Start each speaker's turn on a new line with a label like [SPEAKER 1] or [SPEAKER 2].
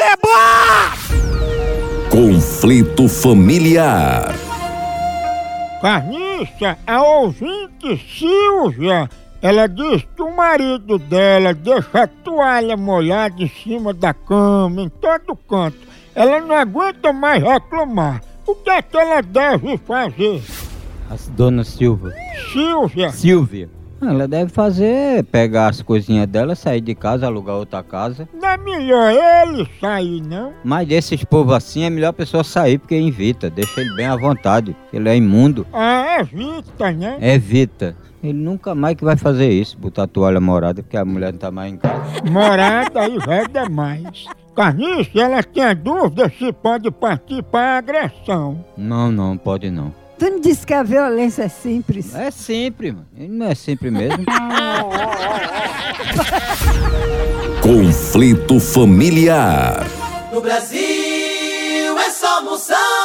[SPEAKER 1] Joseba!
[SPEAKER 2] Conflito familiar.
[SPEAKER 3] Carniça, a ouvinte Silvia, ela diz que o marido dela deixa a toalha molhada em cima da cama, em todo canto. Ela não aguenta mais reclamar. O que é que ela deve fazer?
[SPEAKER 4] A dona Silva.
[SPEAKER 3] Silvia,
[SPEAKER 4] Silvia. Ela deve fazer, pegar as coisinhas dela, sair de casa, alugar outra casa.
[SPEAKER 3] não é melhor ele sair, não?
[SPEAKER 4] Mas desses povos assim é melhor a pessoa sair porque invita, deixa ele bem à vontade, porque ele é imundo.
[SPEAKER 3] Ah, evita, né?
[SPEAKER 4] Evita. Ele nunca mais que vai fazer isso, botar a toalha morada, porque a mulher não tá mais em casa.
[SPEAKER 3] Morada aí vai demais. Carniça, ela tem dúvida se pode partir para agressão.
[SPEAKER 4] Não, não, pode não.
[SPEAKER 5] Tu não disse que a violência é simples?
[SPEAKER 4] É sempre, mano. Ele não é sempre mesmo.
[SPEAKER 2] Conflito familiar.
[SPEAKER 6] No Brasil é só moção.